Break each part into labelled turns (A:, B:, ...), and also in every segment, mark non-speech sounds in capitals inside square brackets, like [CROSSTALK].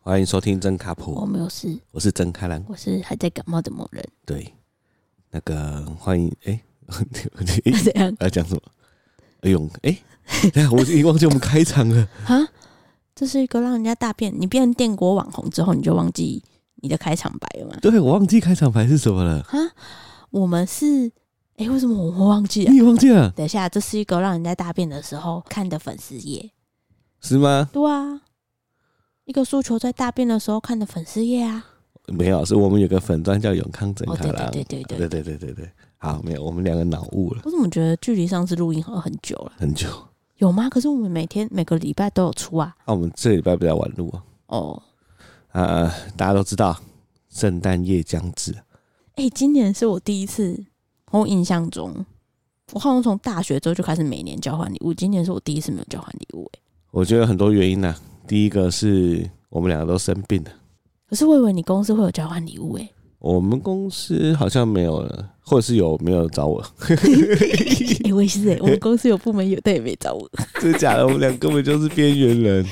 A: 欢迎收听真卡普，
B: 我没有事，
A: 我是真开朗。
B: 我是还在感冒的某人，
A: 对，那个欢迎，哎、
B: [LAUGHS]
A: 我
B: 怎样
A: 我要讲什么？哎呦，哎、等一下我已经
B: [LAUGHS]
A: 忘记我们开场了。
B: 啊？这是一个让人家大便，你变成电国网红之后，你就忘记你的开场白了吗？
A: 对，我忘记开场白是什么了，
B: 啊，我们是，哎、为什么我们忘记了
A: 你？也忘记了
B: 等一下，这是一个让人家大便的时候看的粉丝页，
A: 是吗？
B: 对啊，一个诉求在大便的时候看的粉丝页啊，
A: 没有，是我们有个粉钻叫永康真
B: 哦，
A: 卡
B: 对
A: 郎。
B: 对对对
A: 对
B: 对，
A: 对对对对好，没有，我们两个脑雾了
B: 我怎么觉得距离上次录音好像很久了？
A: 很久。
B: 有吗？可是我们每天每个礼拜都有出啊，
A: 那、我们这礼拜比较晚录啊，
B: 哦。
A: 啊、呃大家都知道，圣诞夜将至，
B: 哎、今年是我第一次，从我印象中，我好像从大学之后就开始每年交换礼物，今年是我第一次没有交换礼物、欸。
A: 我觉得很多原因呢、第一个是我们两个都生病了，
B: 可是我以为你公司会有交换礼物、欸，
A: 我们公司好像没有了，或者是有没有找我？ [LAUGHS]
B: 哎、我也是、欸，我们公司有部门有，但也没找我。 [LAUGHS]
A: 真的假的？我们俩根本就是边缘人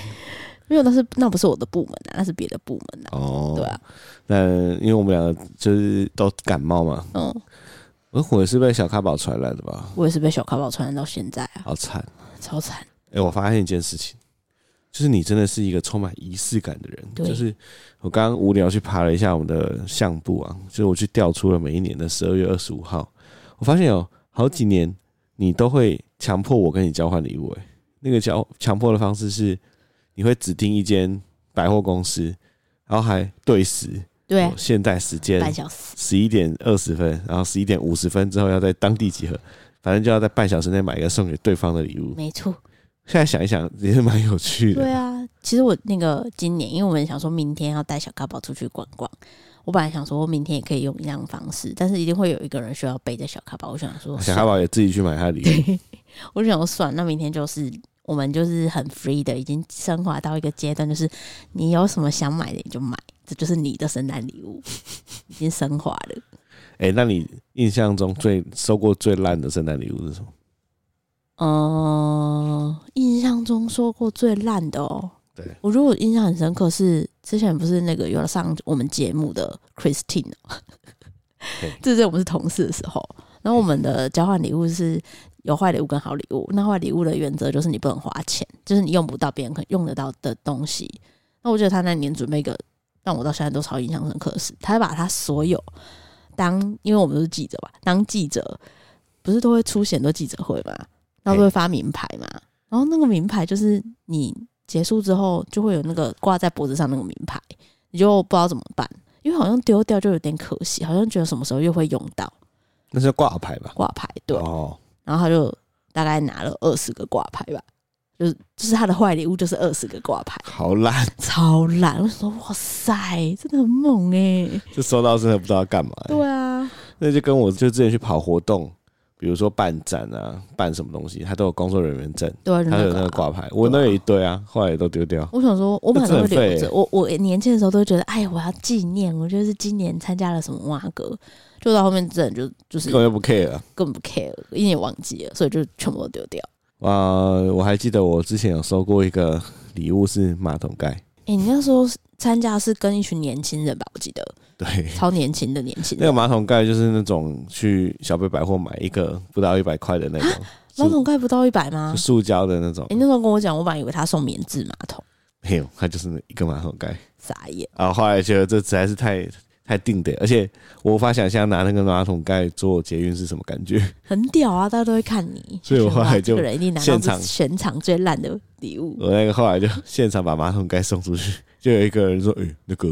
B: 没有，那是那不是我的部门啊，那是别的部门啊。
A: 哦。
B: 对啊，
A: 那因为我们两个就是都感冒嘛，
B: 嗯，
A: 而我是被小咖宝传染的吧？
B: 我也是被小卡宝传染到现在啊，
A: 好惨！
B: 超惨。
A: 哎、我发现一件事情，就是你真的是一个充满仪式感的人。
B: 对
A: 就是我刚刚无聊去爬了一下我们的相簿啊，就是我去调出了每一年的十二月二十五号，我发现有好几年你都会强迫我跟你交换礼物、欸。那个强强迫的方式是，你会指定一间百货公司，然后还对时，
B: 对啊
A: 哦，现在时间
B: 半小时。
A: 十一点二十分，然后十一点五十分之后要在当地集合，反正就要在半小时内买一个送给对方的礼物。
B: 没错，
A: 现在想一想也是蛮有趣的。
B: 对啊，其实我那个今年，因为我们想说明天要带小卡宝出去逛逛，我本来想说明天也可以用一样方式，但是一定会有一个人需要背着小卡宝，我想
A: [LAUGHS]
B: 说
A: 小咖宝也自己去买他的礼物，
B: 我就想说算，那明天就是我们就是很 free 的，已经升华到一个阶段，就是你有什么想买的你就买，这就是你的圣诞礼物， [LAUGHS] 已经升华了。
A: 哎、那你印象中最收过最烂的圣诞礼物是什么？
B: 嗯，印象中说过最烂的哦。
A: 对，
B: 我觉得我印象很深刻是之前不是那个有上我们节目的 Christine，哦
A: 对
B: [LAUGHS] 这是我们是同事的时候，然后我们的交换礼物是有坏礼物跟好礼物。那坏礼物的原则就是你不能花钱，就是你用不到别人可以用得到的东西。那我觉得他那年准备一个让我到现在都超印象深刻的事，他把他所有当因为我们都是记者吧，当记者不是都会出现很多记者会嘛，
A: 哎
B: 然后都会发名牌嘛，然后那个名牌就是你结束之后就会有那个挂在脖子上那个名牌，你就不知道怎么办，因为好像丢掉就有点可惜，好像觉得什么时候又会用到
A: 那是挂牌吧？
B: 挂牌，对，
A: 哦，
B: 然后他就大概拿了二十个挂牌吧。就是就是他的坏礼物就是二十个挂牌，
A: 好烂，
B: 超烂！我想说哇塞，真的很猛哎、
A: 这收到真的不知道要干嘛、欸
B: 对啊，
A: 那就跟我就之前去跑活动，比如说办展啊，办什么东西，他都有工作人员证，
B: 对啊，就
A: 他有那
B: 啊
A: 个挂牌，我那有一堆啊，后来也都丢掉。
B: 我想说，我本来都会
A: 这很
B: 留
A: 废
B: 着。我我年轻的时候都会觉得，哎，我要纪念，我就是今年参加了什么哇歌，就到后面真的就就是
A: 根本就不 care 啊
B: 更不 care，一点也忘记了，所以就全部都丢掉。
A: 哇、我还记得我之前有收过一个礼物是马桶盖，
B: 哎、你那时候参加是跟一群年轻人吧？我记得
A: 对，
B: 超年轻的年轻
A: 那个
B: 人，
A: 马桶盖就是那种去小北百货买一个不到一百块的那种，
B: 马桶盖不到一百啊吗
A: 就？塑胶的那种
B: 哎、，那时候跟我讲，我本来以为他送棉质马桶，
A: 没有，它就是一个马桶盖。
B: 傻眼。
A: 啊，后来觉得这实在是太太定的，而且我无法想象拿那个马桶盖做捷运是什么感觉。 [LAUGHS]
B: 很屌啊，大家都会看你，
A: 所以我后来就
B: 想说哇这个人一定拿到
A: 现场嗯
B: 这全场最烂的礼物。
A: 我那个后来就现场把马桶盖送出去，就有一个人说：“诶、那个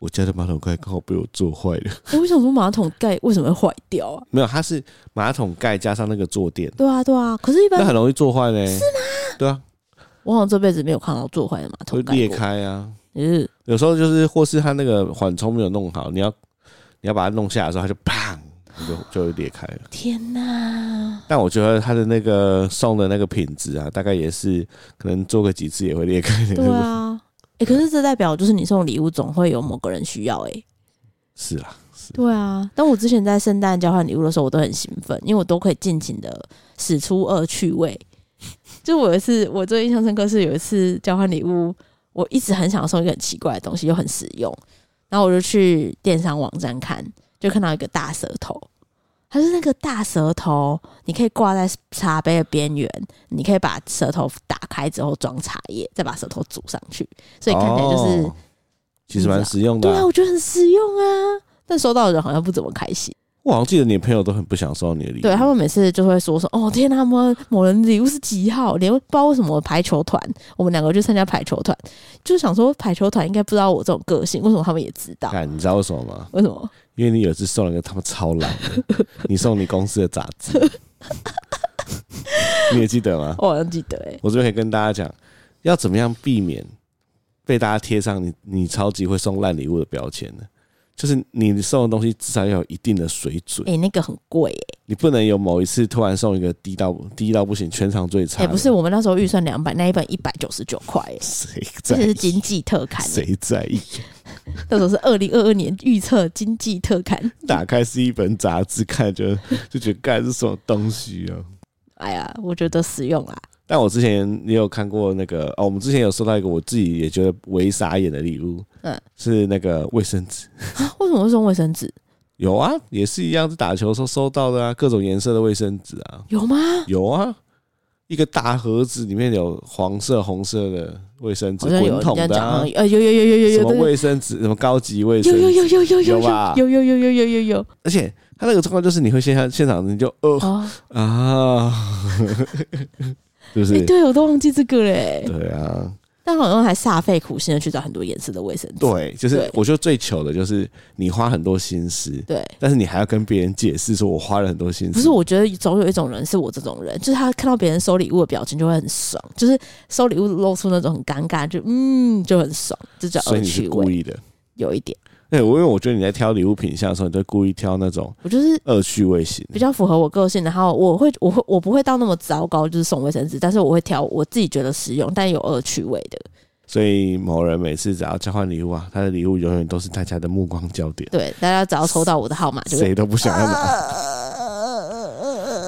A: 我家的马桶盖刚好被我做坏了。 [LAUGHS]
B: 哎我想说马桶盖为什么会坏掉啊？”
A: 没有，它是马桶盖加上那个坐垫，
B: 对啊，对啊。可是，一般
A: 那很容易做坏呢。是吗？对啊，
B: 我好像这辈子没有看到做坏的马
A: 会
B: 桶盖
A: 裂
B: 过，
A: 开啊。
B: 就是
A: 有时候就是，或是它那个缓冲没有弄好，你要你要把它弄下来的时候，它就砰，你就就会裂开了。
B: 天
A: [LAUGHS]
B: 哪！
A: 但我觉得它的那个送的那个品质啊，大概也是可能做个几次也会裂开的那
B: 对
A: 种。
B: 啊，哎、可是这代表就是你送礼物总会有某个人需要哎、
A: 是啊，是
B: 对啊，但我之前在圣诞交换礼物的时候，我都很兴奋，因为我都可以尽情的使出恶趣味。就我有一次，我最印象深刻是有一次交换礼物，我一直很想送一个很奇怪的东西，又很实用。然后我就去电商网站看，就看到一个大舌头，它是那个大舌头，你可以挂在茶杯的边缘，你可以把舌头打开之后装茶叶，再把舌头煮上去，所以看起来就是、
A: 哦其实蛮实用的
B: 对
A: 啊、
B: 啊，我觉得很实用啊。但收到的人好像不怎么开心，
A: 我好像记得你朋友都很不想收到你的礼物，
B: 对他们每次就会说说哦天哪，他们某人礼物是几号？连不知道为什么排球团，我们两个去参加排球团，就想说排球团应该不知道我这种个性，为什么他们也知道？
A: 看你知道为什么吗？
B: 为什么？
A: 因为你有一次送了一个他们超懒的，你送你公司的杂
B: [LAUGHS]
A: 志，你也记得吗？
B: 我好像记得哎、
A: 我这边可以跟大家讲，要怎么样避免被大家贴上你你超级会送烂礼物的标签呢？就是你送的东西至少要有一定的水准，
B: 哎、那个很贵哎、
A: 你不能有某一次突然送一个低到低到不行，全场最差
B: 哎、
A: 的。
B: 不是，我们那时候预算两百，那一本一百九十九块哎，
A: 谁
B: 这
A: 在
B: 是
A: 意？
B: 经济特刊、欸，
A: 谁在意？
B: 那时候是二零二二年预测经济特刊。
A: 打开是一本杂志，看就 [LAUGHS] 就觉得干是什么东西啊！
B: 哎呀，我觉得实用啦，啊
A: 但我之前也有看过那个哦，我们之前有收到一个我自己也觉得为傻眼的礼物，
B: 嗯，
A: 是那个卫生纸。
B: 啊为什么会送卫生纸？
A: 有啊，也是一样，是打球的时候收到的啊，各种颜色的卫生纸啊，
B: 有吗？
A: 有啊，一个大盒子里面有黄色、红色的卫生纸，
B: [LAUGHS] 好像有
A: 滚
B: 人
A: 筒
B: 这样
A: 的、
B: 讲，好
A: 啊
B: 像，呃，有有有有有
A: 什
B: 有
A: 么
B: 对
A: 卫生纸，什么高级卫生
B: 有有
A: 纸，
B: 有有有有
A: 有吧
B: 有有有有有有有
A: 而且它那个状况就是你会现场现场你就呃 [LAUGHS]
B: 哦，
A: 啊， [LAUGHS] 是不
B: 哎，
A: 是？
B: 对我都忘记这个嘞，
A: 对啊，
B: 但好像还煞费苦心的去找很多颜色的卫生纸，
A: 对，就是
B: 对
A: 我觉得最糗的就是你花很多心思，
B: 对。
A: 但是你还要跟别人解释说我花了很多心思，
B: 不是，我觉得总有一种人是我这种人，就是他看到别人收礼物的表情就会很爽，就是收礼物露出那种很尴尬，就嗯就很爽，这叫
A: 所以
B: 恶
A: 你
B: 趣
A: 是故
B: 味，
A: 意的。
B: 有一点。
A: 对，我因为我觉得你在挑礼物品相的时候，你都故意挑那种
B: 我就是
A: 恶趣味型的
B: 比较符合我个性，然后我会我会我不会到那么糟糕，就是送卫生纸，但是我会挑我自己觉得实用但有恶趣味的。
A: 所以某人每次只要交换礼物啊，他的礼物永远都是大家的目光焦点，
B: 对，大家只要抽到我的号码就会
A: 谁都不想
B: [LAUGHS]
A: 要拿。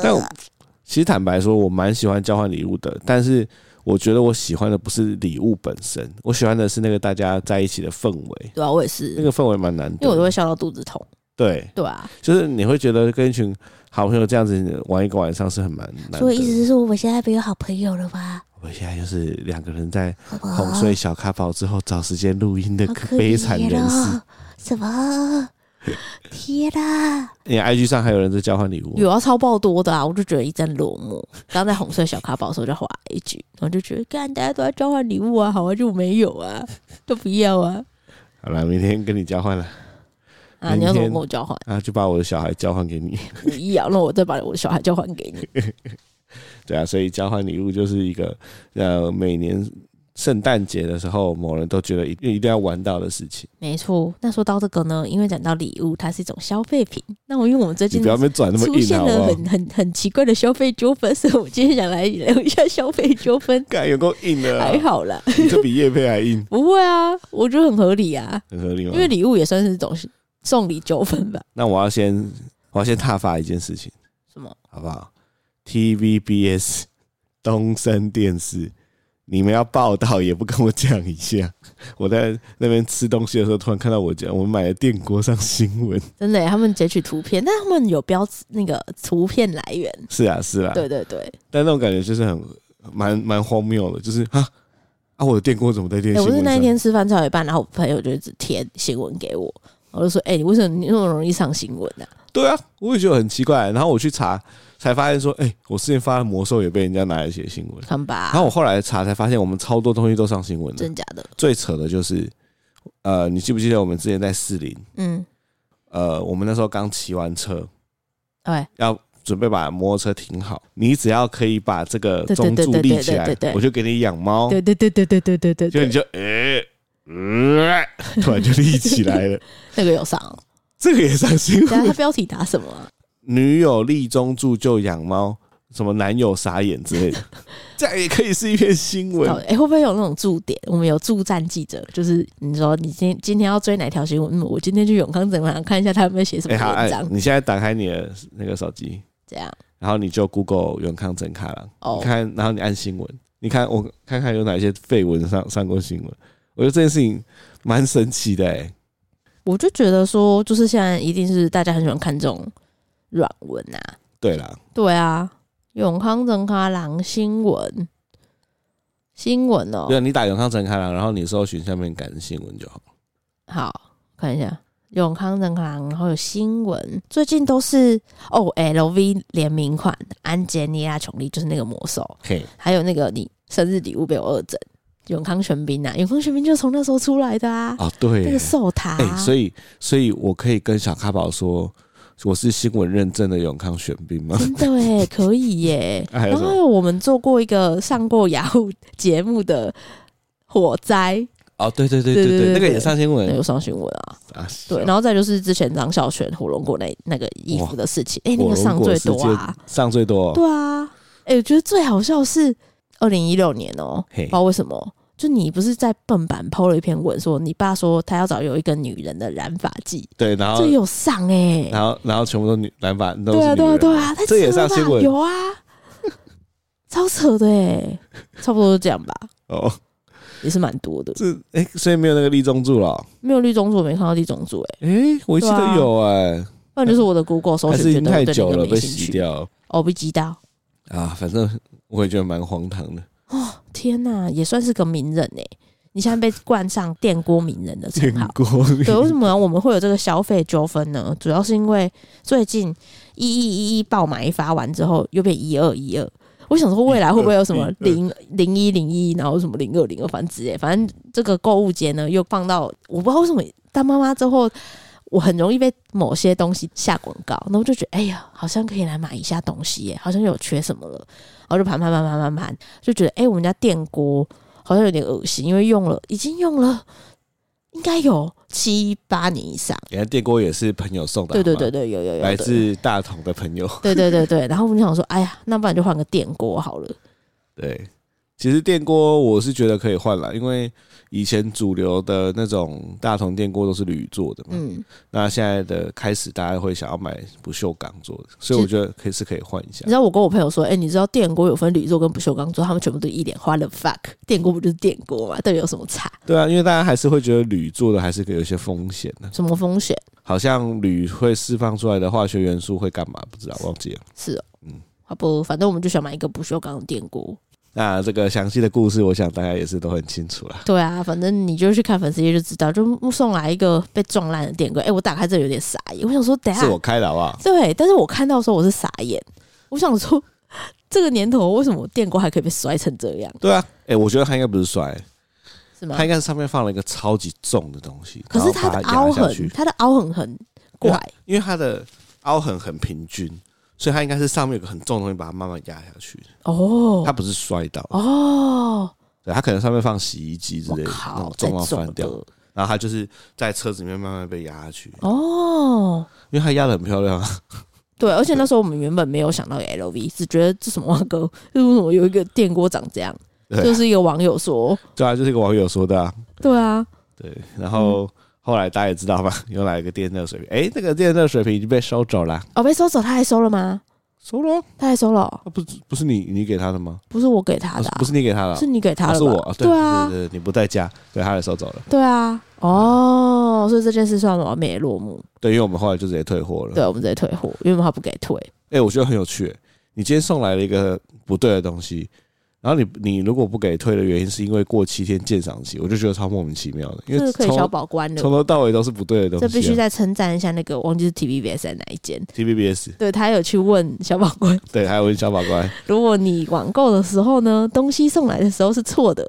A: 但我其实坦白说，我蛮喜欢交换礼物的，但是我觉得我喜欢的不是礼物本身，我喜欢的是那个大家在一起的氛围，
B: 对啊，我也是，
A: 那个氛围蛮难
B: 因为我都
A: 得
B: 会
A: 的。
B: 笑到肚子痛。
A: 对，
B: 对啊，
A: 就是你会觉得跟一群好朋友这样子玩一个晚上是很蛮难
C: 所以意
A: 的。
C: 思是我现在没有好朋友了吧？
A: 我现在就是两个人在
C: 好不
B: 哦
C: 好
A: 哄睡小咖宝之后找时间录音的
C: 好可
A: 悲惨
C: 怜
A: 人士。
C: 哦！什
A: [LAUGHS]
C: 么？天哪、
A: 你 IG 上还有人在交换礼物啊，
B: 有啊，超爆多的啊，我就觉得一阵落寞。刚在红色小卡宝的时候就划一句，然后就觉得，干，大家都在交换礼物啊，好啊，就没有啊，都不要啊。
A: 好了，明天跟你交换了
B: 啊，你要怎么
A: 明天
B: 跟我交换？
A: 啊，就把我的小孩交换给你。 [LAUGHS]
B: 不要，那我再把我的小孩交换给你。
A: 对啊，所以交换礼物就是一个呃，每年圣诞节的时候，某人都觉得一定一定要玩到的事情。
B: 没错。那说到这个呢，因为讲到礼物，它是一种消费品。那我因为我们最
A: 你
B: 近
A: 不要被转那么
B: 出
A: 硬啊
B: 现
A: 好不
B: 了
A: 好？。
B: 很很很奇怪的消费纠纷， [LAUGHS] 所以我今天想来聊一下消费纠纷
A: 干有够硬的、
B: 还
A: 啊，
B: 好啦，
A: 你这比叶佩还硬，
B: 不会啊，我觉得很合理啊，
A: 很合理吗
B: 因？为礼物也算是一种送礼纠纷吧。
A: 那我要先我要先踏发一件事情，
B: 什么？
A: 好不好？TVBS 东森电视，你们要报道也不跟我讲一下。 [LAUGHS] 我在那边吃东西的时候，突然看到我讲我买的电锅上新闻。 [LAUGHS]
B: 真的欸耶，他们截取图片，但他们有标志那个图片来源。
A: 是啊，是啊，
B: 对对对，
A: 但那种感觉就是很蛮蛮荒谬的，就是啊啊，我的电锅怎么在电
B: 哎、
A: 新
B: 我
A: 闻上？
B: 是那一天吃饭吃到一半，然后我朋友就一直贴新闻给我，我就说：“哎、你为什么你那么容易上新闻呢、啊
A: 对啊，我也觉得很奇怪。然后我去查，才发现说，哎、我之前发的魔兽也被人家拿来写新闻？”。
B: 看吧
A: 然，后我后来查才发现，我们超多东西都上新闻的。
B: 真假的？
A: 最扯的就是，呃，你记不记得我们之前在士林？
B: 嗯，
A: 呃，我们那时候刚骑完车，
B: 哎，
A: 要准备把摩托车停好，你只要可以把这个
B: 对对
A: 中
B: 对
A: 柱
B: 对
A: 立
B: 对
A: 起
B: 对
A: 来
B: 对，对
A: 我就给你养猫。
B: 对对对对对对对
A: 哦
B: 对
A: 就你
B: 对，
A: 就呃呃，突然就立起来
B: [LAUGHS]
A: 了。
B: 那个有上
A: [LAUGHS]
B: 哦，
A: 这个也上新
B: 然后他
A: 闻。
B: 标题打什么、啊？
A: 女友立中柱就养猫，什么男友傻眼之
B: [LAUGHS]
A: 类的，这样也可以是一篇新闻
B: 哎、。诶会不会有那种驻点？我们有驻站记者，就是你说你今天今天要追哪条新闻？嗯，我今天去永康怎么样看一下他有没有写什么
A: 哎，好，哎
B: 文章？
A: 你现在打开你的那个手机，
B: 这样
A: 然后你就 Google 永康整卡郎，
B: 哦
A: 你看，然后你按新闻，你看我看看有哪些绯闻上上过新闻，我觉得这件事情蛮神奇的、欸，
B: 我就觉得说，就是现在一定是大家很喜欢看这种软文啊，
A: 对啦，
B: 对啊，永康整卡郎新闻，新闻哦、
A: 对啊，你打永康陈开朗，然后你搜寻下面感恩新闻就好。
B: 好看一下永康整卡郎，然后有新闻，最近都是哦 LV 联名款，安杰尼亚琼丽就是那个魔兽，
A: 嘿，
B: 还有那个你生日礼物被我二整，永康玄彬啊，永康玄彬就是从那时候出来的啊，
A: 哦，对，
B: 那个寿啊塔、
A: 哎、所以，所以我可以跟小咖宝说，我是新闻认证的永康选兵吗？
B: [LAUGHS] 真的哎，可以
A: [LAUGHS]。
B: 耶
A: 还有
B: 然
A: 什么
B: 后我们做过一个上过雅虎节目的火灾，
A: [LAUGHS] 哦，对对对
B: 对对对
A: 那个也上新
B: 那
A: 闻
B: 有上新闻啊。
A: 啊，
B: 对，然后再就是之前张孝全火龙果那那个衣服的事情，哎、那
A: 火
B: 个
A: 龙
B: 上
A: 果
B: 最
A: 事
B: 多啊。
A: 件哦上最多、
B: 对啊，哎、我觉得最好笑的是二零一六年哦、
A: 嘿
B: 不知道为什么。就你不是在笨版 PO 了一篇文说，你爸说他要找有一个女人的染发剂，
A: 对，然后
B: 这，有上哎、
A: 然后，然后全部都女染发，啊都是
B: 对啊，
A: 女
B: 对啊，
A: 人
B: 对啊，太
A: 这也
B: 扯了
A: 上新
B: 吧
A: 闻
B: 有啊，超扯的哎，差不多就这样吧，
A: 哦，
B: 也是蛮多的。
A: 这哎、所以没有那个立中柱了、
B: 没有绿中柱，没看到绿中柱哎，
A: 哎、我记
B: 对
A: 得
B: 啊
A: 有哎、
B: 不然就是我的 Google 搜
A: 还
B: 寻
A: 是已
B: 觉
A: 经
B: 得
A: 太
B: 我对
A: 久
B: 那
A: 了
B: 个没
A: 被
B: 兴
A: 洗
B: 趣，
A: 掉了
B: 哦，被击到
A: 啊，反正我也觉得蛮荒唐的。
B: 哦，天哪，也算是个名人哎，你现在被冠上电锅名人的称
A: 建
B: 号。
A: 国，
B: 对，为什么我们会有这个消费纠纷呢？主要是因为最近一一一一爆买一发完之后，又变一二一二。我想说，未来会不会有什
A: 嗯
B: 么零零一零一，然后什么零二零二，反正之类，反正这个购物节呢又放到，我不知道为什么当妈妈之后，我很容易被某些东西下广告，然后就觉得哎呀，好像可以来买一下东西耶，好像有缺什么了，然后就盘盘盘盘盘盘，就觉得哎、我们家电锅好像有点恶心，因为用了已经用了应该有七八年以上。
A: 人家电锅也是朋友送的，
B: 对对
A: 好
B: 对
A: 吗，
B: 对，有有有
A: 来
B: 的
A: 自大同的朋友。
B: 对对对对。然后我们就想说，哎呀，那不然就换个电锅好了。
A: 对，其实电锅我是觉得可以换了，因为以前主流的那种大同电锅都是铝做的嘛，
B: 嗯，
A: 那现在的开始大家会想要买不锈钢做的，所以
B: 其
A: 我觉得可以是可以换一下
B: 你知。道我跟我朋友说，哎、你知道电锅有分铝做跟不锈钢做，他们全部都一脸花了 fuck，电锅不就是电锅嘛，到底有什么差？
A: 对啊，因为大家还是会觉得铝做的还是有一些风险啊的、
B: 什么风险？
A: 好像铝会释放出来的化学元素会干嘛不知道，忘记了。
B: 是哦，
A: 嗯
B: 好不，反正我们就想买一个不锈钢的电锅。
A: 那这个详细的故事，我想大家也是都很清楚了。
B: 对啊，反正你就去看粉丝页就知道，就送来一个被撞烂的电锅。哎、我打开这有点傻眼，我想说，等一下
A: 是我开的好不好？
B: 对，但是我看到的时候我是傻眼，我想说 [LAUGHS] 这个年头为什么电锅还可以被摔成这样，
A: 对啊，哎、我觉得它应该不是摔，
B: 是吗
A: 它？应该是上面放了一个超级重的东西，
B: 可是
A: 然后
B: 它
A: 把
B: 的
A: 它压
B: 凹
A: 下去
B: 痕，它的凹痕很怪，
A: 因为它的凹痕很平均，所以它应该是上面有个很重的东西把它慢慢压下去，
B: 哦
A: 它不是摔倒，
B: 哦，
A: 对，它可能上面放洗衣机之
B: 我
A: 类的，那
B: 靠
A: 种，
B: 太
A: 重到翻
B: 重哦
A: 掉，
B: 了
A: 然后它就是在车子里面慢慢被压下去，
B: 哦。
A: 因为它压的很漂亮啊， [LAUGHS]
B: 对，而且那时候我们原本没有想到有 LV，只觉得这什么蛙哥，这为什么有一个电锅长这样？
A: 对啊
B: 就是一个网友说，
A: 对啊，就是一个网友说的、啊，
B: 对啊，
A: 对，然后。
B: 嗯
A: 后来大家也知 [LAUGHS] 道嘛，有哪一个电热水瓶？哎、那个电热水瓶已经被收走了，啊
B: 哦，被收走，他还收了吗？
A: 收了啊、
B: 他还收了哦，
A: 啊不是不是你你给他的吗？
B: 不是我给他的啊、
A: 不是你给他的啊、
B: 是你给他
A: 啊
B: 的
A: 是
B: 吧？
A: 我。啊对
B: 对啊，
A: 对对对，你不在家，对，他也收走了。
B: 对啊，哦，所以这件事算完美的落幕。
A: 对，因为我们后来就直接退货了。
B: 对，我们直接退货，因为他不给退。
A: 哎、我觉得很有趣欸。你今天送来了一个不对的东西，然后你你如果不给退的原因是因为过七天鉴赏期，我就觉得超莫名其妙的，因
B: 这
A: 为
B: 个可以
A: 从
B: 小保关的
A: 从，头到尾都是不对的东西、
B: 这
A: 啊。
B: 必须再称赞一下那个，我忘记是 TVBS 还是哪一间，
A: TVBS
B: 对他有去问小保官， [LAUGHS]
A: 对，还有问小法官，
B: 如果你网购的时候呢，东西送来的时候是错的，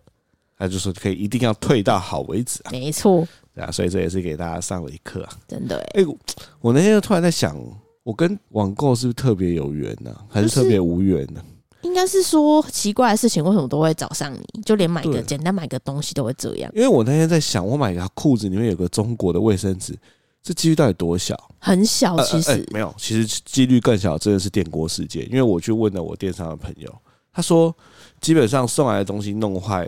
A: 他就说可以一定要退到好为止啊，
B: 没错，
A: 对啊，所以这也是给大家上了一课啊。
B: 真的哎，
A: 哎、我我那天就突然在想，我跟网购是不是特别有缘呢、还是特别无缘呢、
B: 应该是说奇怪的事情为什么都会找上你，就连买个
A: 对
B: 简单买个东西都会这样，
A: 因为我那天在想，我买一条裤子里面有个中国的卫生纸，这几率到底多小？
B: 很小
A: 呃
B: 哦其
A: 呃
B: 实
A: 呃，没有，其实几率更小，真的是电锅事件。因为我去问了我电商的朋友，他说基本上送来的东西弄坏、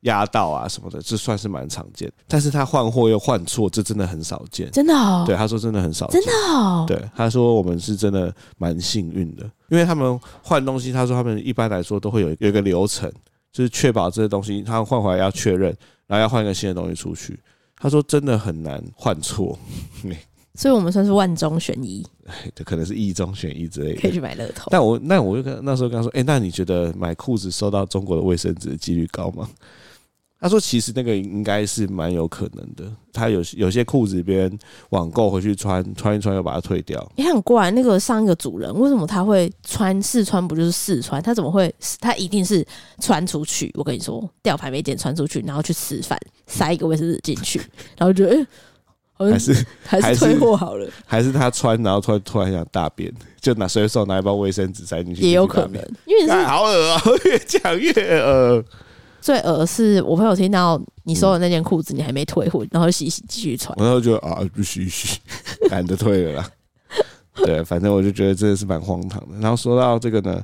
A: 压到啊什么的，这算是蛮常见。但是他换货又换错，这真的很少见。
B: 真的哦，
A: 对，他说真的很少见
B: 真。的哦，
A: 对，他说我们是真的蛮幸运的，因为他们换东西，他说他们一般来说都会有有一个流程，就是确保这些东西他换回来要确认然后要换一个新的东西出去。他说真的很难换错，
B: 所以我们算是万中选一，
A: 这可能是一中选一之类
B: 可以
A: 的。
B: 去买乐透。
A: 但我那我就跟那时候跟他说，哎、那你觉得买裤子收到中国的卫生纸的几率高吗？他说其实那个应该是蛮有可能的。他有有些裤子别人网购回去穿穿一穿又把它退掉，
B: 也很怪，那个上一个主人为什么他会穿试穿？不就是试穿？他怎么会？他一定是穿出去。我跟你说，吊牌没剪穿出去，然后去吃饭，塞一个卫生纸进去， [LAUGHS] 然后觉得、欸、好
A: 还
B: 像
A: 是
B: 还
A: 还
B: 是
A: 是
B: 退货好了，
A: 还是他穿然后突然突然想大便， [LAUGHS] 就拿随手拿一包卫生纸塞进去，
B: 也有
A: 继续大
B: 可能
A: 便。，
B: 因为你
A: 哎，
B: 是
A: 好恶啊！ [LAUGHS] 越讲越恶。
B: 最恶是呃我朋友听到你收的那件裤子，你还没退货，然后洗洗继续穿
A: 我。那时候觉得啊，不许许， [LAUGHS] 懒得退了啦。对，反正我就觉得真的是蛮荒唐的。然后说到这个呢，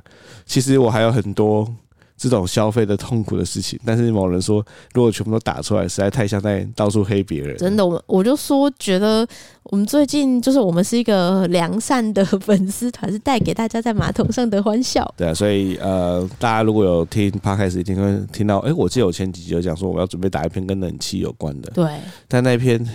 A: 其实我还有很多这种消费的痛苦的事情，但是某人说，如果全部都打出来，实在太像在到处黑别人。
B: 真的，我我就说，觉得我们最近就是我们是一个良善的 [LAUGHS] 粉丝团，是带给大家在马桶上的欢笑。
A: 对啊，所以呃，大家如果有听 podcast，一定会听到。哎、我记得我前几集有讲说，我要准备打一篇跟冷气有关的，
B: 对，
A: 但那一篇，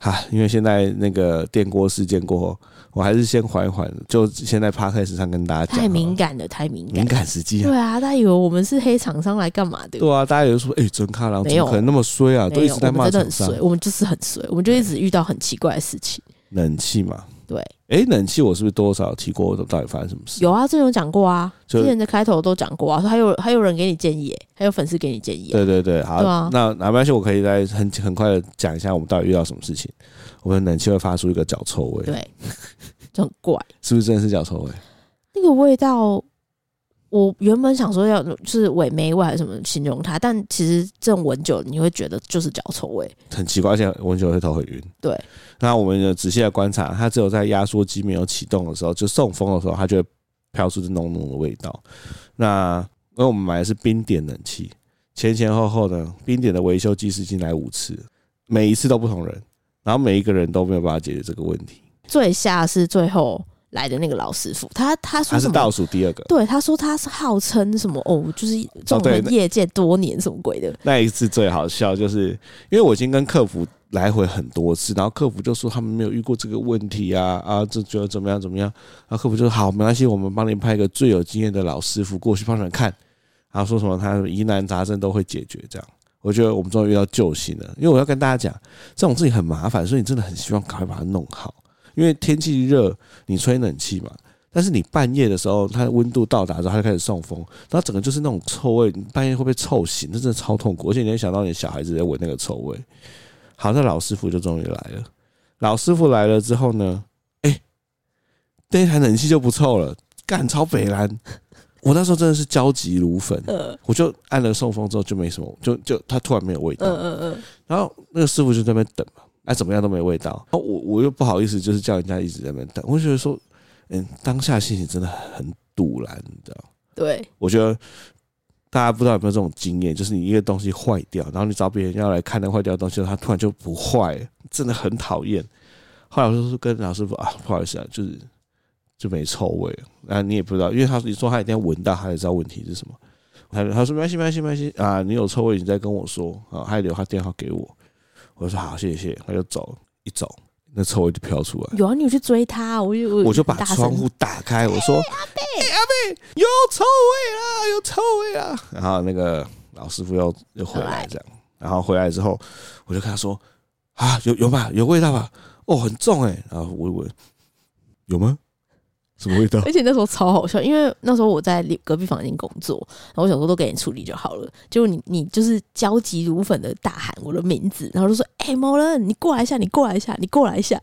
A: 哈，因为现在那个电锅事件过后，我还是先缓一缓，就先在 podcast 上跟大家讲。啊
B: 太敏，感了，太敏感
A: 敏。感时机啊
B: 对。啊，他以为我们是黑厂商来干嘛的？
A: 对啊，大家有人说，哎、真卡郎
B: 没
A: 怎
B: 有
A: 么可能那么衰啊？都
B: 没
A: 一直
B: 有，我
A: 在
B: 们
A: 骂
B: 真的
A: 厂
B: 很
A: 商
B: 衰，我们就是很衰，我们就一直遇到很奇怪的事情。
A: 冷气嘛。
B: 对，
A: 哎、冷气我是不是多少提过？我到底发生什么事？
B: 有啊，之前有讲过啊，
A: 就
B: 之前的开头都讲过啊，说还有还有人给你建议欸，还有粉丝给你建议欸。
A: 对对对，好，
B: 对啊
A: 那那没关系，我可以再很很快的讲一下我们到底遇到什么事情。我们冷气会发出一个脚臭味，
B: 对，就很怪。
A: 是不是真的是脚臭味？
B: 那个味道，我原本想说要就是尾霉味还是什么形容它，但其实这种闻久了你会觉得就是脚臭味。
A: 很奇怪，而且闻久了会头很晕。
B: 对，
A: 那我们有仔细的观察，它只有在压缩机没有启动的时候，就送风的时候，它就会飘出这浓浓的味道。那因为我们买的是冰点冷气，前前后后呢，冰点的维修技师进来五次，每一次都不同人，然后每一个人都没有办法解决这个问题。
B: 最下是最后来的那个老师傅，他他说
A: 他是
B: 什么？
A: 倒数第二个，
B: 对，他说他是号称什么哦，就是纵
A: 对
B: 横
A: 那
B: 业界多年什么鬼的，
A: 那一次最好笑，就是因为我已经跟客服来回很多次，然后客服就说他们没有遇过这个问题啊啊，这觉得怎么样怎么样，然后客服就说好，没关系，我们帮你派一个最有经验的老师傅过去帮你们看，然后说什么他疑难杂症都会解决这样。我觉得我们终于遇到救星了，因为我要跟大家讲，这种事情很麻烦，所以你真的很希望赶快把它弄好。因为天气热，你吹冷气嘛，但是你半夜的时候，它的温度到达之后，它就开始送风，然后整个就是那种臭味，你半夜会被臭醒，那真的超痛苦。而且你会想到你小孩子在闻那个臭味。好，那老师傅就终于来了。老师傅来了之后呢，哎、那一台冷气就不臭了，干超北蓝。我那时候真的是焦急如焚，
B: 呃，
A: 我就按了送风之后就没什么，就就它突然没有味道。
B: 嗯嗯嗯，
A: 然后那个师傅就在那边等嘛，哎，怎么样都没味道。然后我我又不好意思，就是叫人家一直在那边等。我就觉得说，嗯，当下心情真的很堵然，你知道吗？
B: 对，
A: 我觉得大家不知道有没有这种经验，就是你一个东西坏掉，然后你找别人要来看那坏掉的东西，它突然就不坏了，真的很讨厌。后来我就是跟老师傅啊，不好意思啊，就是就没臭味了。啊，你也不知道，因为他你说他一定要闻到，他才知道问题是什么。他他说没关系，没关系，没关系啊，你有臭味你再跟我说啊，他还留他电话给我。我就说好，谢谢谢谢，他就走了，一走那臭味就飘出来。
B: 有啊，你有去追他，我就
A: 我就把
B: 大声
A: 窗户打开，我说：“哎阿贝，阿贝，有臭味啦，有臭味啦！”然后那个老师傅又又回来这样，然后回来之后，我就跟他说：“啊，有有吧，有味道吧？哦，很重哎、然后我一闻，有吗？什么味道？
B: 而且那时候超好笑，因为那时候我在隔壁房间工作，然后我想说都给你处理就好了，结果你你就是焦急如焚的大喊我的名字，然后就说：“哎、某人，你过来一下，你过来一下，你过来一下。”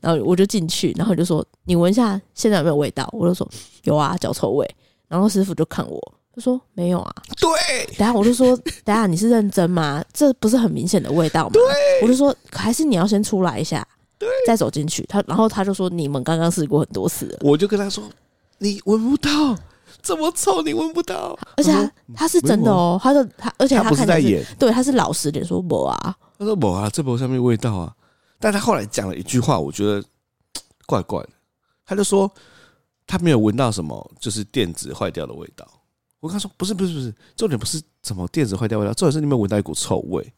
B: 然后我就进去，然后你就说：“你闻一下现在有没有味道？”我就说：“有啊，脚臭味。”然后师傅就看我，就说：“没有啊。”
A: [LAUGHS] 对，
B: 等一下我就说：“
A: [LAUGHS]
B: 等一下你是认真吗？这不是很明显的味道吗？”我就说：“还是你要先出来一下，再走进去。”他然后他就说：“你们刚刚试过很多次了。”
A: 我就跟他说：‘你闻不到，这么臭，你闻不到。’
B: 而且
A: 他
B: 他
A: 说
B: 他是真的哦，他就他，而且
A: 啊他
B: 他
A: 不是
B: 看起来
A: 在演
B: 对，他是老实点说我啊，
A: 他说：‘某啊，这不上面味道啊。’但他后来讲了一句话，我觉得怪怪的。他就说他没有闻到什么，就是电子坏掉的味道。我跟他说不是不是不是，重点不是怎么电子坏掉味道，重点是你有没有闻到一股臭味？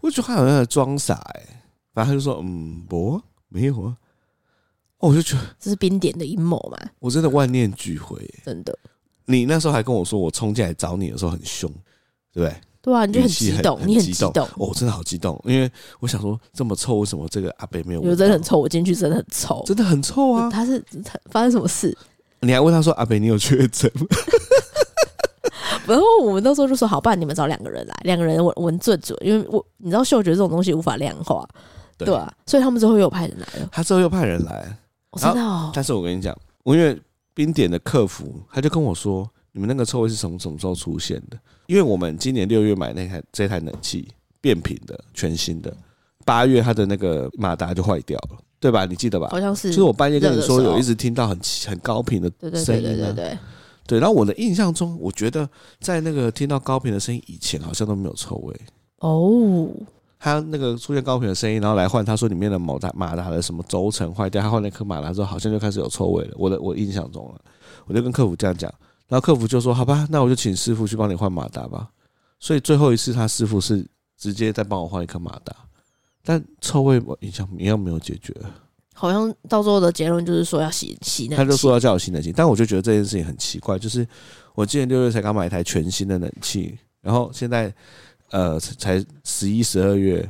A: 我就觉得他好像在装傻哎、反正他就说嗯不啊没有啊，哦我就觉得
B: 这是冰点的阴谋嘛，
A: 我真的万念俱灰、欸。
B: 真的。
A: 你那时候还跟我说我冲进来找你的时候很凶，对不对？
B: 对啊，你就很
A: 语气
B: 激
A: 很
B: 动，你
A: 很
B: 激
A: 动，哦我真的好激动，因为我想说这么臭，为什么这个阿北没有
B: 有
A: 闻到？
B: 真的很臭，我进去真的很臭。
A: 真的很臭啊！
B: 他是他发生什么事？
A: 你还问他说阿北你有确诊吗？
B: 然后我们那时候就说，好，不然你们找两个人来，两个人闻闻最准，因为我你知道嗅觉这种东西无法量化，
A: 对
B: 对啊，所以他们最后又派人来了。哦
A: 他之后又派人来，
B: 我知
A: 然后
B: 道，
A: 但是我跟你讲，我因为冰点的客服，他就跟我说，你们那个臭味是从什么时候出现的？因为我们今年六月买那台这台冷气变频的，全新的，八月它的那个马达就坏掉了，对吧？你记得吧？
B: 好像哦是，
A: 就是我半夜跟你说
B: 热的时候
A: 有一直听到很奇很高频的
B: 对对
A: 声
B: 对
A: 音、啊，
B: 对对对，
A: 对，然后我的印象中，我觉得在那个听到高频的声音以前，好像都没有臭味。
B: 哦，
A: 他那个出现高频的声音，然后来换他说里面的马达马达的什么轴承坏掉，他换了一颗马达之后，好像就开始有臭味了。我的我印象中了，我就跟客服这样讲，然后客服就说：“好吧，那我就请师傅去帮你换马达吧。”所以最后一次他师傅是直接再帮我换一颗马达，但臭味我印象一样没有解决，
B: 好像到最后的结论就是说要洗洗那，
A: 他就说要叫我新冷气，但我就觉得这件事情很奇怪，就是我今年六月才刚买一台全新的冷气，然后现在呃才十一十二月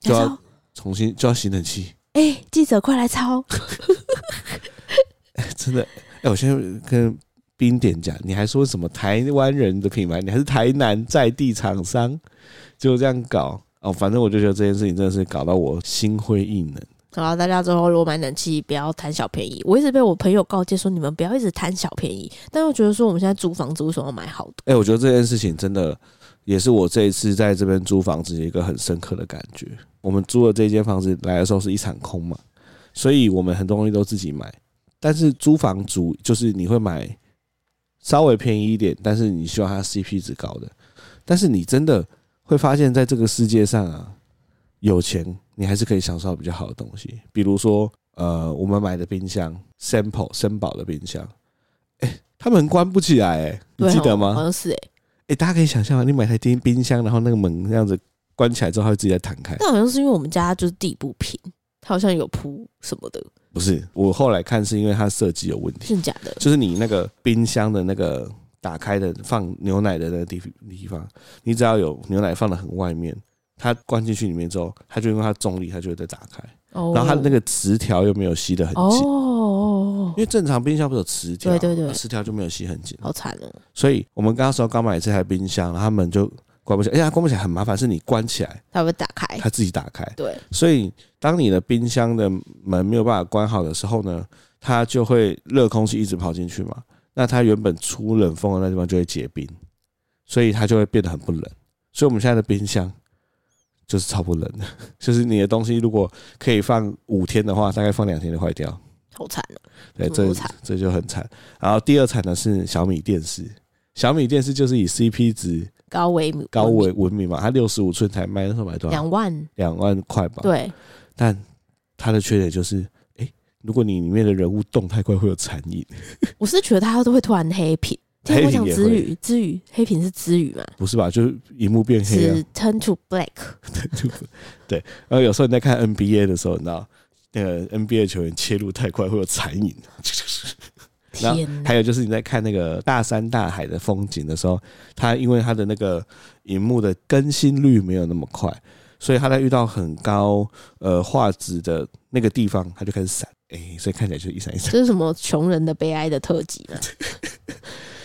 A: 就
B: 要
A: 要
B: 抄，
A: 重新就要新冷气。 [LAUGHS]
B: 哎、记者快来抄，
A: 真的，哎、我现在跟冰点讲，你还说什么台湾人的品牌，你还是台南在地厂商，就这样搞哦。反正我就觉得这件事情真的是搞到我心灰意冷。
B: [LAUGHS] 好啦，大家之后如果买冷气，不要贪小便宜。我一直被我朋友告诫说，你们不要一直贪小便宜。但我觉得说，我们现在租房子为什么要买好的？
A: 哎、我觉得这件事情真的也是我这一次在这边租房子一个很深刻的感觉。我们租的这间房子来的时候是一场空嘛，所以我们很多东西都自己买。但是租房族就是你会买稍微便宜一点，但是你希望它 CP 值高的。但是你真的会发现，在这个世界上啊，有钱你还是可以享受到比较好的东西，比如说呃，我们买的冰箱，Sample 森宝的冰箱，哎、他们关不起来、哎，你
B: 对
A: 记得
B: 哦
A: 吗？
B: 好像是哎、
A: 哎、大家可以想象啊，你买台冰冰箱，然后那个门这样子关起来之后，它会自己再弹开。
B: 但好像是因为我们家就是地不平，它好像有铺什么的，
A: 不是，我后来看是因为它设计有问题，
B: 真的假的？
A: 就是你那个冰箱的那个打开的放牛奶的那个地地方，你只要有牛奶放的很外面，它关进去里面之后，它就因为它重力，它就会再打开。
B: 哦
A: 然后它那个磁条又没有吸的很紧，
B: 哦
A: 因，为正常冰箱不是有磁条，
B: 对对对
A: 啊磁条就没有吸很紧。
B: 好惨哦，
A: 所以我们刚刚说刚买这台冰箱，然后他们就关不起来，而且它关不起来很麻烦，是你关起来
B: 它会打开，
A: 它自己打开。
B: 哦对，
A: 所以，当你的冰箱的门没有办法关好的时候呢，它就会热空气一直跑进去嘛。那它原本出冷风的那地方就会结冰，所以它就会变得很不冷。所以我们现在的冰箱就是超不冷的， [LAUGHS] 就是你的东西如果可以放五天的话，大概放两天就坏掉。
B: 好惨哦，
A: 对，
B: 怎么
A: 哎这
B: 惨
A: 这就很惨。然后第二惨的是小米电视，小米电视就是以 CP 值
B: 高维
A: 高为闻名嘛，它六十五寸才卖，那时候买多少？
B: 两万，
A: 两万块吧。
B: 对，
A: 但它的缺点就是，哎、如果你里面的人物动太快，会有残影。
B: 我是觉得它都会突然黑屏。听
A: [LAUGHS]
B: 我
A: 黑屏
B: 讲
A: 也
B: 之
A: 会
B: 语，之语黑屏是之语嘛？
A: 不是吧？就是荧幕变黑啊
B: 是
A: 了、
B: turn to black，
A: [LAUGHS] 对，然后有时候你在看 NBA 的时候，你知道呃那个 NBA 球员切入太快，会有残影。然后
B: 天哪
A: 还！有就是你在看那个大山大海的风景的时候，它因为它的那个荧幕的更新率没有那么快，所以它在遇到很高呃画质的那个地方，它就开始闪。哎、所以看起来就一闪一闪，
B: 这是什么穷人的悲哀的特辑嘛？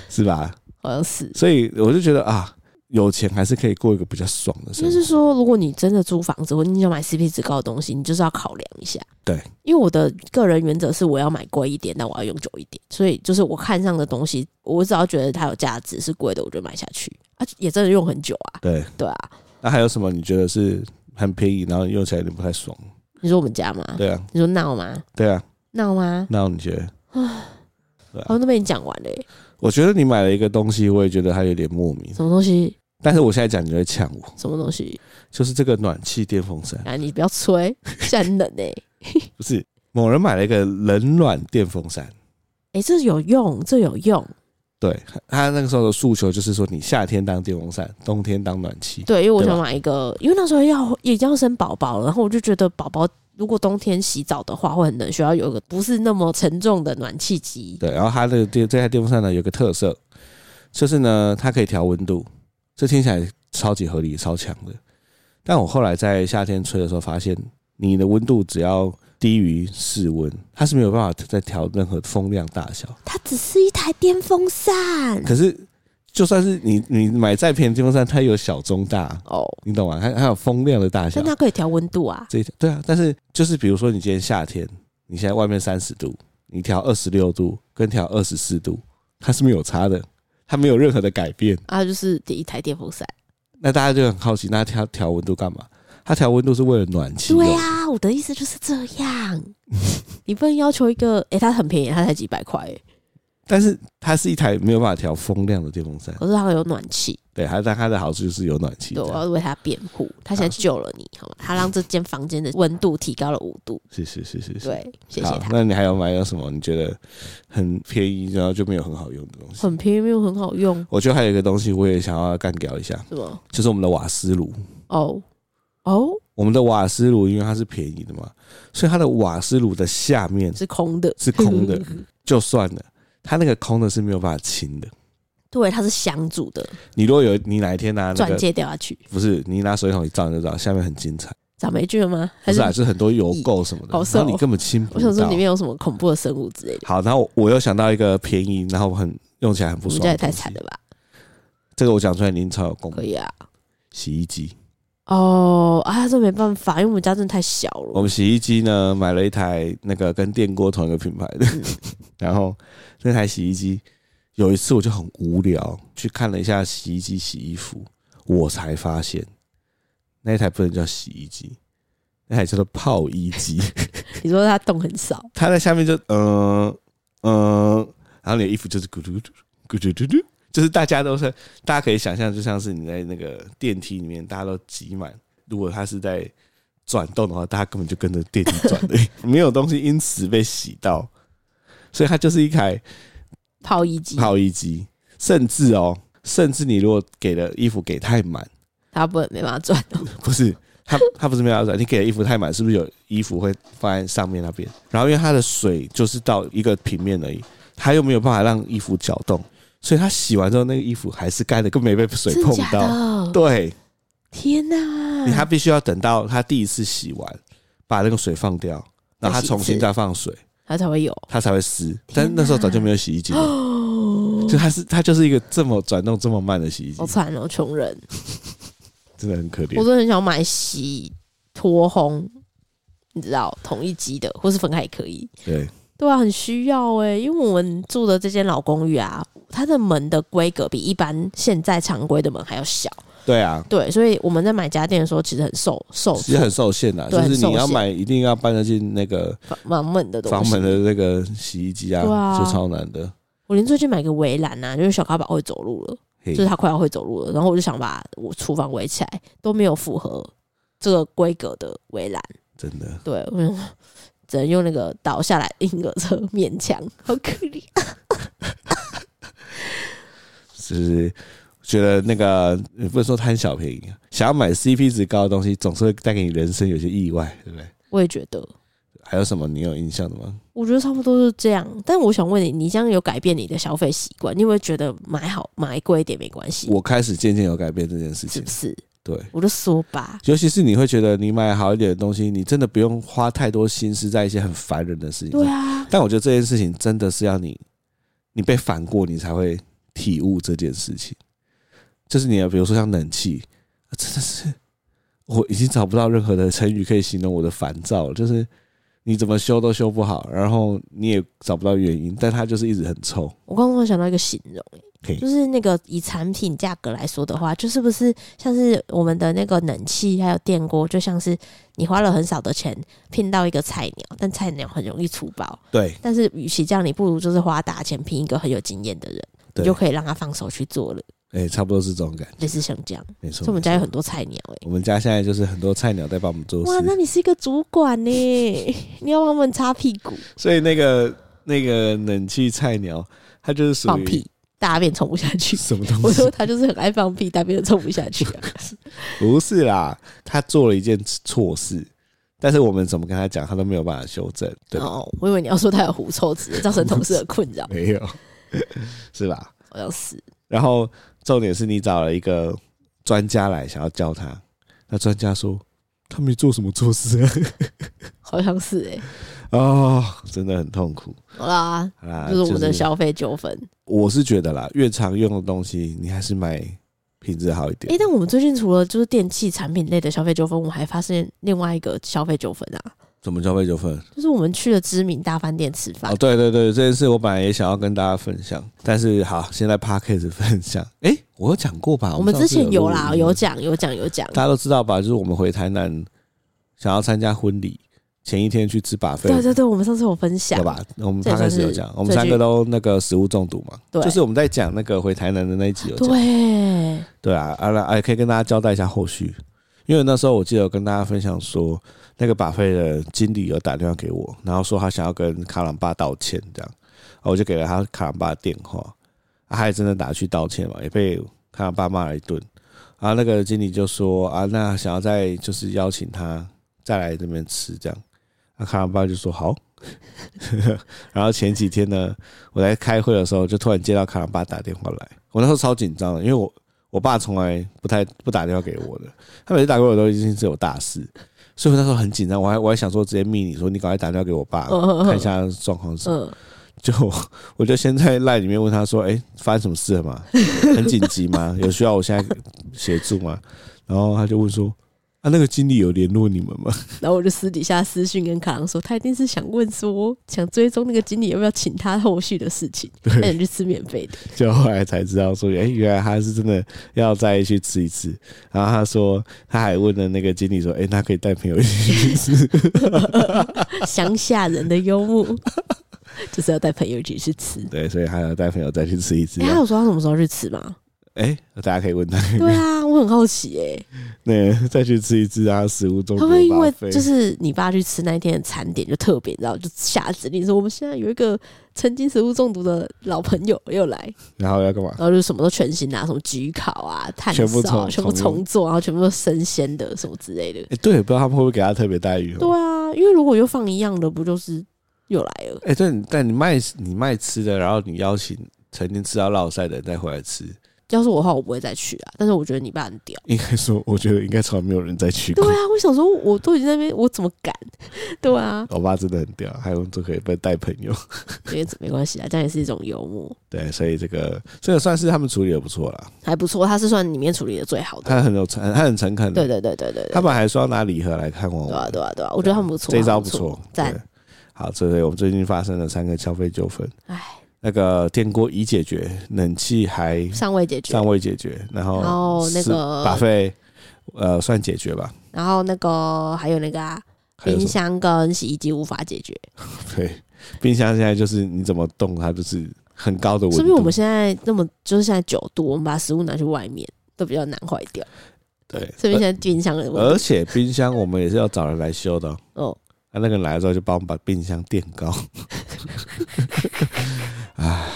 A: 是吧？
B: 好像是。
A: 所以我就觉得啊，有钱还是可以过一个比较爽的生
B: 就
A: 活。
B: 是说，如果你真的租房子，或你想买 CP 值高的东西，你就是要考量一下。
A: 对，
B: 因为我的个人原则是我要买贵一点，但我要用久一点。所以就是我看上的东西，我只要觉得它有价值是贵的，我就买下去啊，也真的用很久啊。
A: 对，
B: 对啊，
A: 那还有什么你觉得是很便宜，然后用起来有点不太爽？
B: 你说我们家吗？
A: 对啊，
B: 你说闹吗？
A: 对啊。
B: 闹吗？
A: 那你觉得？
B: 哦，都被你讲完了耶，
A: 我觉得你买了一个东西，我也觉得它有点莫名。
B: 什么东西？
A: 但是我现在讲，你会呛我，
B: 什么东西？
A: 就是这个暖气电风扇，
B: 啊，你不要吹， [LAUGHS] 现在很冷哎、欸。
A: 不是某人买了一个冷暖电风扇，
B: 欸哎、这有用，这有用。
A: 对他那个时候的诉求就是说，你夏天当电风扇，冬天当暖气。
B: 对，因为我
A: 对吧
B: 想买一个，因为那时候要也要生宝宝了，然后我就觉得宝宝如果冬天洗澡的话会很冷，需要有一个不是那么沉重的暖气机。
A: 对，然后它的电这台电风扇呢有个特色，就是呢它可以调温度，这听起来超级合理、超强的。但我后来在夏天吹的时候发现，你的温度只要低于室温，它是没有办法再调任何风量大小。
D: 它只是一台电风扇，
A: 可是就算是你你买再便宜的电风扇，它也有小、中、大，
B: 哦，
A: 你懂吗？它它有风量的大小
B: 但。它可以调温度啊。
A: 这一条对啊，但是就是比如说你今天夏天，你现在外面三十度，你调二十六度跟调二十四度，它是没有差的，它没有任何的改变。
B: 啊，就是第一台电风扇。
A: 那大家就很好奇，那它调调温度干嘛？它调温度是为了暖气用
B: 对啊，我的意思就是这
A: [LAUGHS]
B: 样。你不能要求一个，诶、它很便宜，它才几百块、欸诶
A: 但是它是一台没有办法调风量的电风扇，
B: 可是它有暖气，
A: 对，它但它的好处就是啊有暖气
B: 对，啊
A: 这
B: 我
A: 样。
B: 要为它辩护。它现在救了你，好吗？它让这间房间的温度提高了五度。
A: 是是是是是，
B: 对，谢谢
A: 好，
B: 它。
A: 那你还有买有什么你觉得很便宜，然后就没有很好用的东西？
B: 很便宜又很好用，
A: 我觉得还有一个东西我也想要干掉一下，
B: 是吗？
A: 就是我们的瓦斯炉。
B: 哦哦，
A: 我们的瓦斯炉因为它是便宜的嘛，所以它的瓦斯炉的下面
B: 是空的，
A: 是空的，就算了，它那个空的是没有办法清的。
B: [LAUGHS] 对，它是香煮的，
A: 你如果有你哪一天拿那
B: 钻
A: 个
B: 戒掉下去，
A: 不是你拿水桶一照你就知道，下面很精彩，
B: 长霉菌了吗？
A: 不
B: 还
A: 是
B: 是
A: 啊，就是很多油垢什么的，
B: 好
A: 然
B: 色哦
A: 后你根本清不
B: 我想说
A: 到
B: 里。面有什么恐怖的生物之类的？
A: 好，然后我又想到一个便宜，然后很用起来很不
B: 我们
A: 爽
B: 家
A: 的
B: 也
A: 东
B: 太
A: 西，
B: 惨了吧？
A: 这个我讲出来您超有共
B: 可
A: 鸣。
B: 以啊，
A: 洗衣机，
B: 哦啊，这没办法，因为我们家真的太小
A: 我
B: 了。
A: 们洗衣机呢买了一台那个跟电锅同一个品牌的， [LAUGHS] 然后那台洗衣机有一次我就很无聊去看了一下洗衣机洗衣服，我才发现那一台不能叫洗衣机，那台叫做泡衣机，
B: 你说它洞很少，
A: 它在下面就嗯嗯、呃呃，然后你的衣服就是咕嘟嘟咕嘟嘟嘟。就是大家都是，大家可以想象，就像是你在那个电梯里面，大家都挤满。如果它是在转动的话，大家根本就跟着电梯转的，没有东西因此被洗到，所以它就是一台
B: 泡衣机
A: 泡衣机，甚至哦，甚至你如果给的衣服给太满，
B: 它不没办法转哦。
A: 不是它它不是没有要转，你给的衣服太满，是不是有衣服会放在上面那边？然后因为它的水就是到一个平面而已，它又没有办法让衣服搅动，所以它洗完之后那个衣服还是干的，根本没被水
B: 真
A: 碰
B: 假
A: 到。
B: 的？
A: 对，
B: 天哪！
A: 你它必须要等到它第一次洗完，把那个水放掉，然后它
B: 再洗一次
A: 重新再放水，
B: 它才会有
A: 它才会湿。
B: 天
A: 但
B: 哪
A: 那时候早就没有洗衣机了，
B: 哦，
A: 就它是它就是一个这么转动这么慢的洗衣机
B: 好，惨哦，穷人。
A: 嗯真的很可怜
B: 我。真的很想买洗脱烘，你知道，同一机的，或是分开也可以。
A: 对，
B: 对啊，很需要哎、因为我们住的这间老公寓啊，它的门的规格比一般现在常规的门还要小，
A: 对啊，
B: 对，所以我们在买家电的时候其实很受受
A: 其实很受限啊的，就
B: 哦对
A: 是你
B: 很
A: 要
B: 受限
A: 买，一定要搬得进那个
B: 防防门的东西。
A: 房门的那个洗衣机啊，
B: 对啊
A: 就超难的。
B: 我连最近买个围栏啊，就是小咖宝会走路了，
A: 嘿
B: 就是他快要会走路了，然后我就想把我厨房围起来，都没有符合这个规格的围栏。
A: 真的，
B: 对，我就 [LAUGHS] 只能用那个倒下来婴儿车 [LAUGHS] 勉强，好可怜。 [LAUGHS]
A: 就是觉得那个也不能说贪小便宜啊，想要买 CP 值高的东西，总是会带给你人生有些意外，对不对？
B: 我也觉得，
A: 还有什么你有印象的吗？
B: 我觉得差不多是这样。但我想问你，你这样有改变你的消费习惯？你会觉得买好买贵一点没关系，
A: 我开始渐渐有改变这件事
B: 是
A: 情
B: 不，是？
A: 对。
B: 我就说吧，
A: 尤其是你会觉得你买好一点的东西，你真的不用花太多心思在一些很烦人的事情上
B: 对。啊，
A: 但我觉得这件事情真的是要你，你被反过，你才会体悟这件事情。就是你的，比如说像冷气，啊真的是我已经找不到任何的成语可以形容我的烦躁了。就是你怎么修都修不好，然后你也找不到原因，但它就是一直很臭。
B: 我刚刚想到一个形容、
A: 嘿
B: 欸，就是那个以产品价格来说的话，就是不是像是我们的那个冷气还有电锅，就像是你花了很少的钱聘到一个菜鸟，但菜鸟很容易出包。
A: 对
B: 但是与其这样，你不如就是花大钱聘一个很有经验的人，你
A: 对
B: 就可以让他放手去做了，
A: 哎、差不多是这种感觉，
B: 类似像这样。
A: 没错。
B: 所以我们家有
A: 没错
B: 很多菜鸟哎、
A: 我们家现在就是很多菜鸟在帮我们做
B: 哇，那
A: 事，
B: 你是一个主管
A: [LAUGHS]
B: 呢、你要帮他们擦屁股
A: 所以那个那个冷气菜鸟，它就是属
B: 放
A: 于
B: 屁，大便冲不下
A: [LAUGHS]
B: 去。
A: 什么东
B: 我
A: 西
B: 说？他就是很爱放屁，大便冲不下去、啊。
A: 不 [LAUGHS] 是啦，他做了一件错事，但是我们怎么跟他讲，他都没有办法修正，对吧？，
B: 哦，我以为你要说他有狐臭直接造成同事的困扰
A: 没有， [LAUGHS] 是吧？
B: 好像是。
A: 然后重点是你找了一个专家来，想要教他。那专家说他没做什么错事 [LAUGHS] 啊，
B: 好像是哎、
A: 哦，真的很痛苦
B: 好啦，
A: 啊。
B: 就是我们的消费纠纷。
A: 我是觉得啦，越常用的东西，你还是买品质好一
B: 哎、
A: 点。
B: 但我们最近除了就是电器产品类的消费纠纷，我们还发现另外一个消费纠纷啊，
A: 怎么消费纠纷？
B: 就是我们去了知名大饭店吃饭
A: 哦，，对对对，这件事我本来也想要跟大家分享，但是好，现在 p a c k a g e 分享。哎，我有讲过吧？
B: 我们
A: 上
B: 之
A: 次
B: 前有啦，
A: 录音
B: 有讲有讲有讲。
A: 大家都知道吧？就是我们回台南想要参加婚礼，前一天去吃把费，
B: 对啊对对，我们上次有分享
A: 对，吧？我们
B: 这也
A: 刚开始
B: 算
A: 有
B: 是
A: 讲，我们
B: 最
A: 三
B: 具
A: 个都那个食物中毒嘛，
B: 对
A: 就是我们在讲那个回台南的那一集有讲，
B: 对，
A: 对啊，啊，那啊，可以跟大家交代一下后续，因为那时候我记得有跟大家分享说，那个把费的经理有打电话给我，然后说他想要跟卡朗巴道歉，这样，啊我就给了他卡朗巴的电话，啊、他也真的打去道歉嘛，也被卡朗巴骂了一顿，啊，那个经理就说啊，那想要再就是邀请他再来这边吃这样，那卡朗巴就说好。 [LAUGHS] 然后前几天呢，我在开会的时候，就突然接到卡朗巴打电话来，我那时候超紧张的，因为我我爸从来不太不打电话给我的，他每次打给我都已经是有大事，所以我那时候很紧张，我还我还想说直接密你说你赶快打电话给我爸
B: 嗯嗯嗯
A: 看一下状况是什么，
B: 嗯，
A: 就我就先在赖里面问他说，哎、发生什么事了吗？很紧急吗？有需要我现在协助吗？然后他就问说，啊，那个经理有联络你们吗？ [LAUGHS]
B: 然后我就私底下私讯跟卡郎说，他一定是想问说，想追踪那个经理要不要请他后续的
A: [LAUGHS]
B: 事情，他想去吃免费的。
A: 就后来才知道说，哎、原来他是真的要再去吃一次。然后他说，他还问了那个经理说，哎、那可以带朋友一起去吃？ [LAUGHS]
B: 乡下人的幽默， [LAUGHS] 就是要带朋友一起去吃。
A: 对，所以他要带朋友再去吃一次
B: 哎、。他有说他什么时候去吃
A: [LAUGHS]
B: 吗？
A: 哎、大家可以问他，
B: 对啊，我很好奇哎、
A: 那再去吃一次啊，食物中
B: 会
A: 毒
B: 不会因为
A: 吧费
B: 就是你爸去吃那一天的餐点就特别，然后就下指令说我们现在有一个曾经食物中毒的老朋友又来，
A: 然后要干嘛？
B: 然后就什么都全新啊，什么焗烤啊、炭
A: 全部
B: 烧啊、
A: 重
B: 全部
A: 重用
B: 重做，然后全部都生鲜的什么之类的。
A: 哎、对，不知道他们会不会给他特别待遇、哦？
B: 对啊，因为如果又放一样的，不就是又来了？
A: 哎、对，你但你卖你卖吃的，然后你邀请曾经吃到落塞的人再回来吃，
B: 要是我的话，我不会再去啊。但是我觉得你爸很屌。
A: 应该说，我觉得应该从来没有人再去
B: 对
A: 过。
B: 啊，我想说，我都已经在那边，我怎么敢？ [LAUGHS] 对啊，
A: [LAUGHS] 我爸真的很屌，还有这可以被带朋友。
B: 因为没关系啊，这样也是一种幽默，
A: 对，所以这个这个算是他们处理的不错啦，
B: 还不错。他是算里面处理的最好 [LAUGHS] 的。
A: 他很有诚，他很诚恳的。
B: 对对对对对对
A: 他们还说要拿礼盒来看望我
B: 对
A: 们，
B: 啊，对啊，对啊，我觉得他们不错，
A: 这一招
B: 他们
A: 不
B: 不
A: 错，
B: 赞
A: 对。好，这是我们最近发生了三个消费纠纷。
B: 哎，
A: 那个电锅已解决，冷气还
B: 尚未解决。
A: 尚未解决，然后
B: 然后那
A: 是
B: 个
A: 把费呃算解决吧，
B: 然后那个还有那个啊，
A: 还有什么
B: 冰箱跟洗衣机无法解决，
A: 对，冰箱现在就是你怎么动它就是很高的温度。
B: 是不是我们现在那么就是现在九度，我们把食物拿去外面都比较难坏掉，
A: 对，
B: 所以现在冰箱的
A: 而而
B: 问题
A: 且冰箱我们也是要找人来修的哦、
B: 哦，
A: 那那个人来了之后就帮我们把冰箱垫高， [LAUGHS] 唉，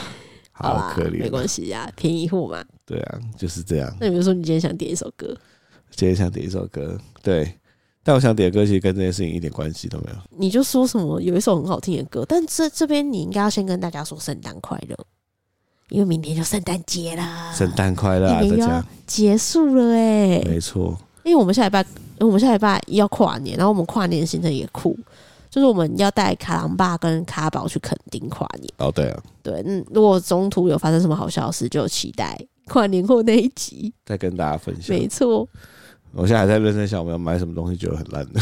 B: 好
A: 好
B: 啦
A: 可，怜
B: 没
A: 哦。
B: 关系啊，便宜货嘛。
A: 对啊，就是这样。
B: 那比如说你今天想点一首歌，
A: 今天想点一首歌，对，但我想点的歌其实跟这件事情一点关系都没有。
B: 你就说什么有一首很好听的歌，但这这边你应该要先跟大家说圣诞快乐，因为明天就圣诞节啦，
A: 圣诞快乐啊，
B: 一
A: 大
B: 年又
A: 家
B: 要！结束了哎、
A: 没错，
B: 因为我们下礼拜，因为我们下礼拜要跨年，然后我们跨年的行程也酷，就是我们要带卡郎爸跟卡宝去垦丁跨年。
A: 哦对啊，
B: 对，嗯，如果中途有发生什么好消息，就期待跨年后那一集。
A: 再跟大家分享。
B: 没错，
A: 我现在还在认真想我们要买什么东西，觉得很烂
B: [LAUGHS]
A: 的。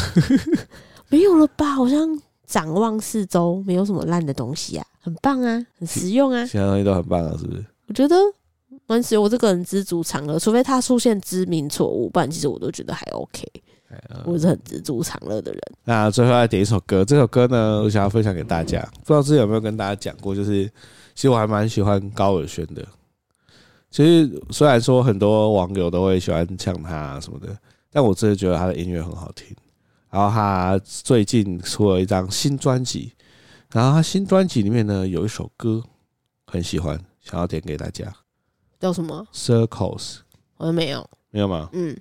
B: 没有了吧？好像展望四周，没有什么烂的东西啊，很棒啊，很实用啊，
A: 其他东西都很棒啊，是不是？
B: 我觉得。蛮实用，我这个人知足常乐，除非他出现知名错误，不然其实我都觉得还 OK。
A: 哎呀
B: 我是很知足常乐的人。
A: 那最后要点一首歌，这首歌呢，我想要分享给大家。不知道之前有没有跟大家讲过，就是其实我还蛮喜欢高尔宣的。其实虽然说很多网友都会喜欢呛他、啊什么的，但我真的觉得他的音乐很好听。然后他最近出了一张新专辑，然后他新专辑里面呢有一首歌很喜欢，想要点给大家。
B: 叫什么？
A: Circles
B: 我像没有。
A: 没有吗？
B: 嗯，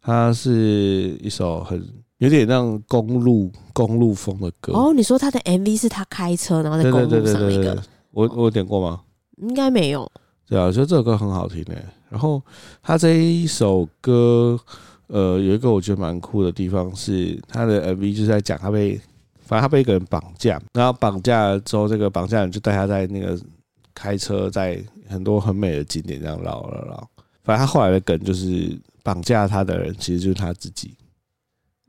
A: 它是一首很有点让公路公路风的歌。
E: 哦，你说他的 MV 是他开车，然后在
A: 对
E: 公
A: 对对
E: 路
A: 对
E: 上那
A: 对
E: 个哦
A: 对，，我我有点过吗？
E: 应该没有。
A: 对啊，我觉得这首歌很好听诶、然后他这一首歌，呃，有一个我觉得蛮酷的地方是，他的 MV 就是在讲他被，反正他被一个人绑架，然后绑架了之后，这个绑架人就带他在那个开车，在很多很美的景点这样绕了绕。反正他后来的梗就是绑架他的人其实就是他自己，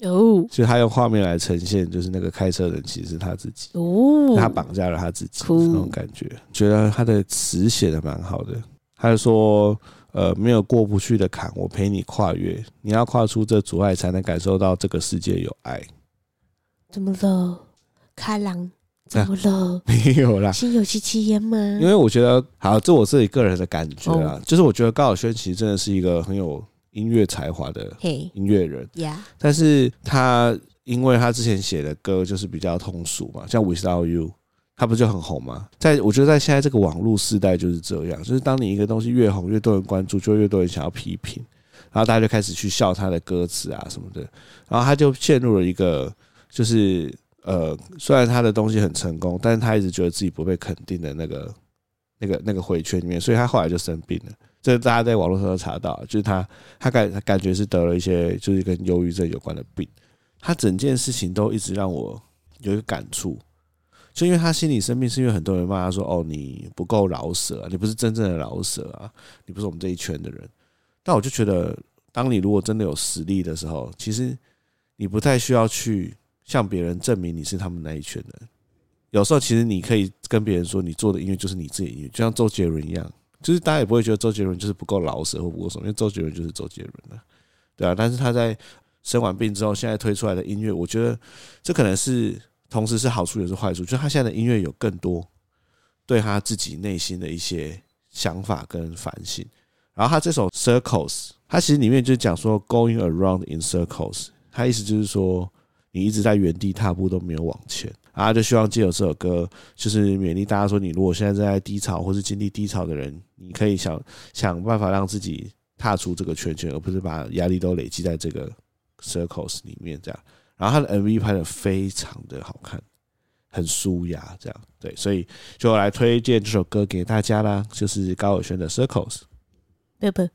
E: 哦
A: 所以他用画面来呈现，就是那个开车的人其实是他自己。
B: 嗯
E: 哦，
A: 他绑架了他自己，
E: 酷
A: 那种感觉，觉得他的词写的蛮好的。他就说，呃，没有过不去的坎，我陪你跨越。你要跨出这阻碍，才能感受到这个世界有爱。 [LAUGHS]
E: 怎么了？开朗怎么了？
A: 没有
B: 嗯
A: 啦，
E: 心有戚戚焉吗？
A: 哎啊因为我觉得，好，这我自己个人的感觉啦，就是我觉得高晓轩其实真的是一个很有音乐才华的
E: 嘿
A: 音乐人，
E: 呀，
A: 但是他因为他之前写的歌就是比较通俗嘛，像《Without You》，他不就很红吗？在我觉得在现在这个网络时代就是这样，就是当你一个东西越红，越多人关注，就会越多人想要批评，然后大家就开始去笑他的歌词啊什么的，然后他就陷入了一个就是呃，虽然他的东西很成功，但是他一直觉得自己不被肯定的那个那个那个回圈里面，所以他后来就生病了。这大家在网络上都查到，就是他他感他感觉是得了一些就是跟忧郁症有关的病。他整件事情都一直让我有一个感触，就因为他心理生病，是因为很多人骂他说：“哦，你不够老舍、啊，你不是真正的老舍啊，你不是我们这一圈的人。”但我就觉得，当你如果真的有实力的时候，其实你不太需要去向别人证明你是他们那一圈的人。有时候其实你可以跟别人说，你做的音乐就是你自己的音乐，就像周杰伦一样。就是大家也不会觉得周杰伦就是不够老舍或不够什么，因为周杰伦就是周杰伦的、对啊。但是他在生完病之后，现在推出来的音乐，我觉得这可能是同时是好处也是坏处，就是他现在的音乐有更多对他自己内心的一些想法跟反省。然后他这首《Circles》，他其实里面就讲说 “going around in circles”，他意思就是说你一直在原地踏步都没有往前。然后他就希望借由这首歌，就是勉励大家说，你如果现在正在低潮或是经历低潮的人，你可以想想办法让自己踏出这个圈圈，而不是把压力都累积在这个 circles 里面这样。然后他的 MV 拍的非常的好看，很舒雅这样。对，所以就来推荐这首歌给大家啦，就是高尔宣的 circles。
E: 不不，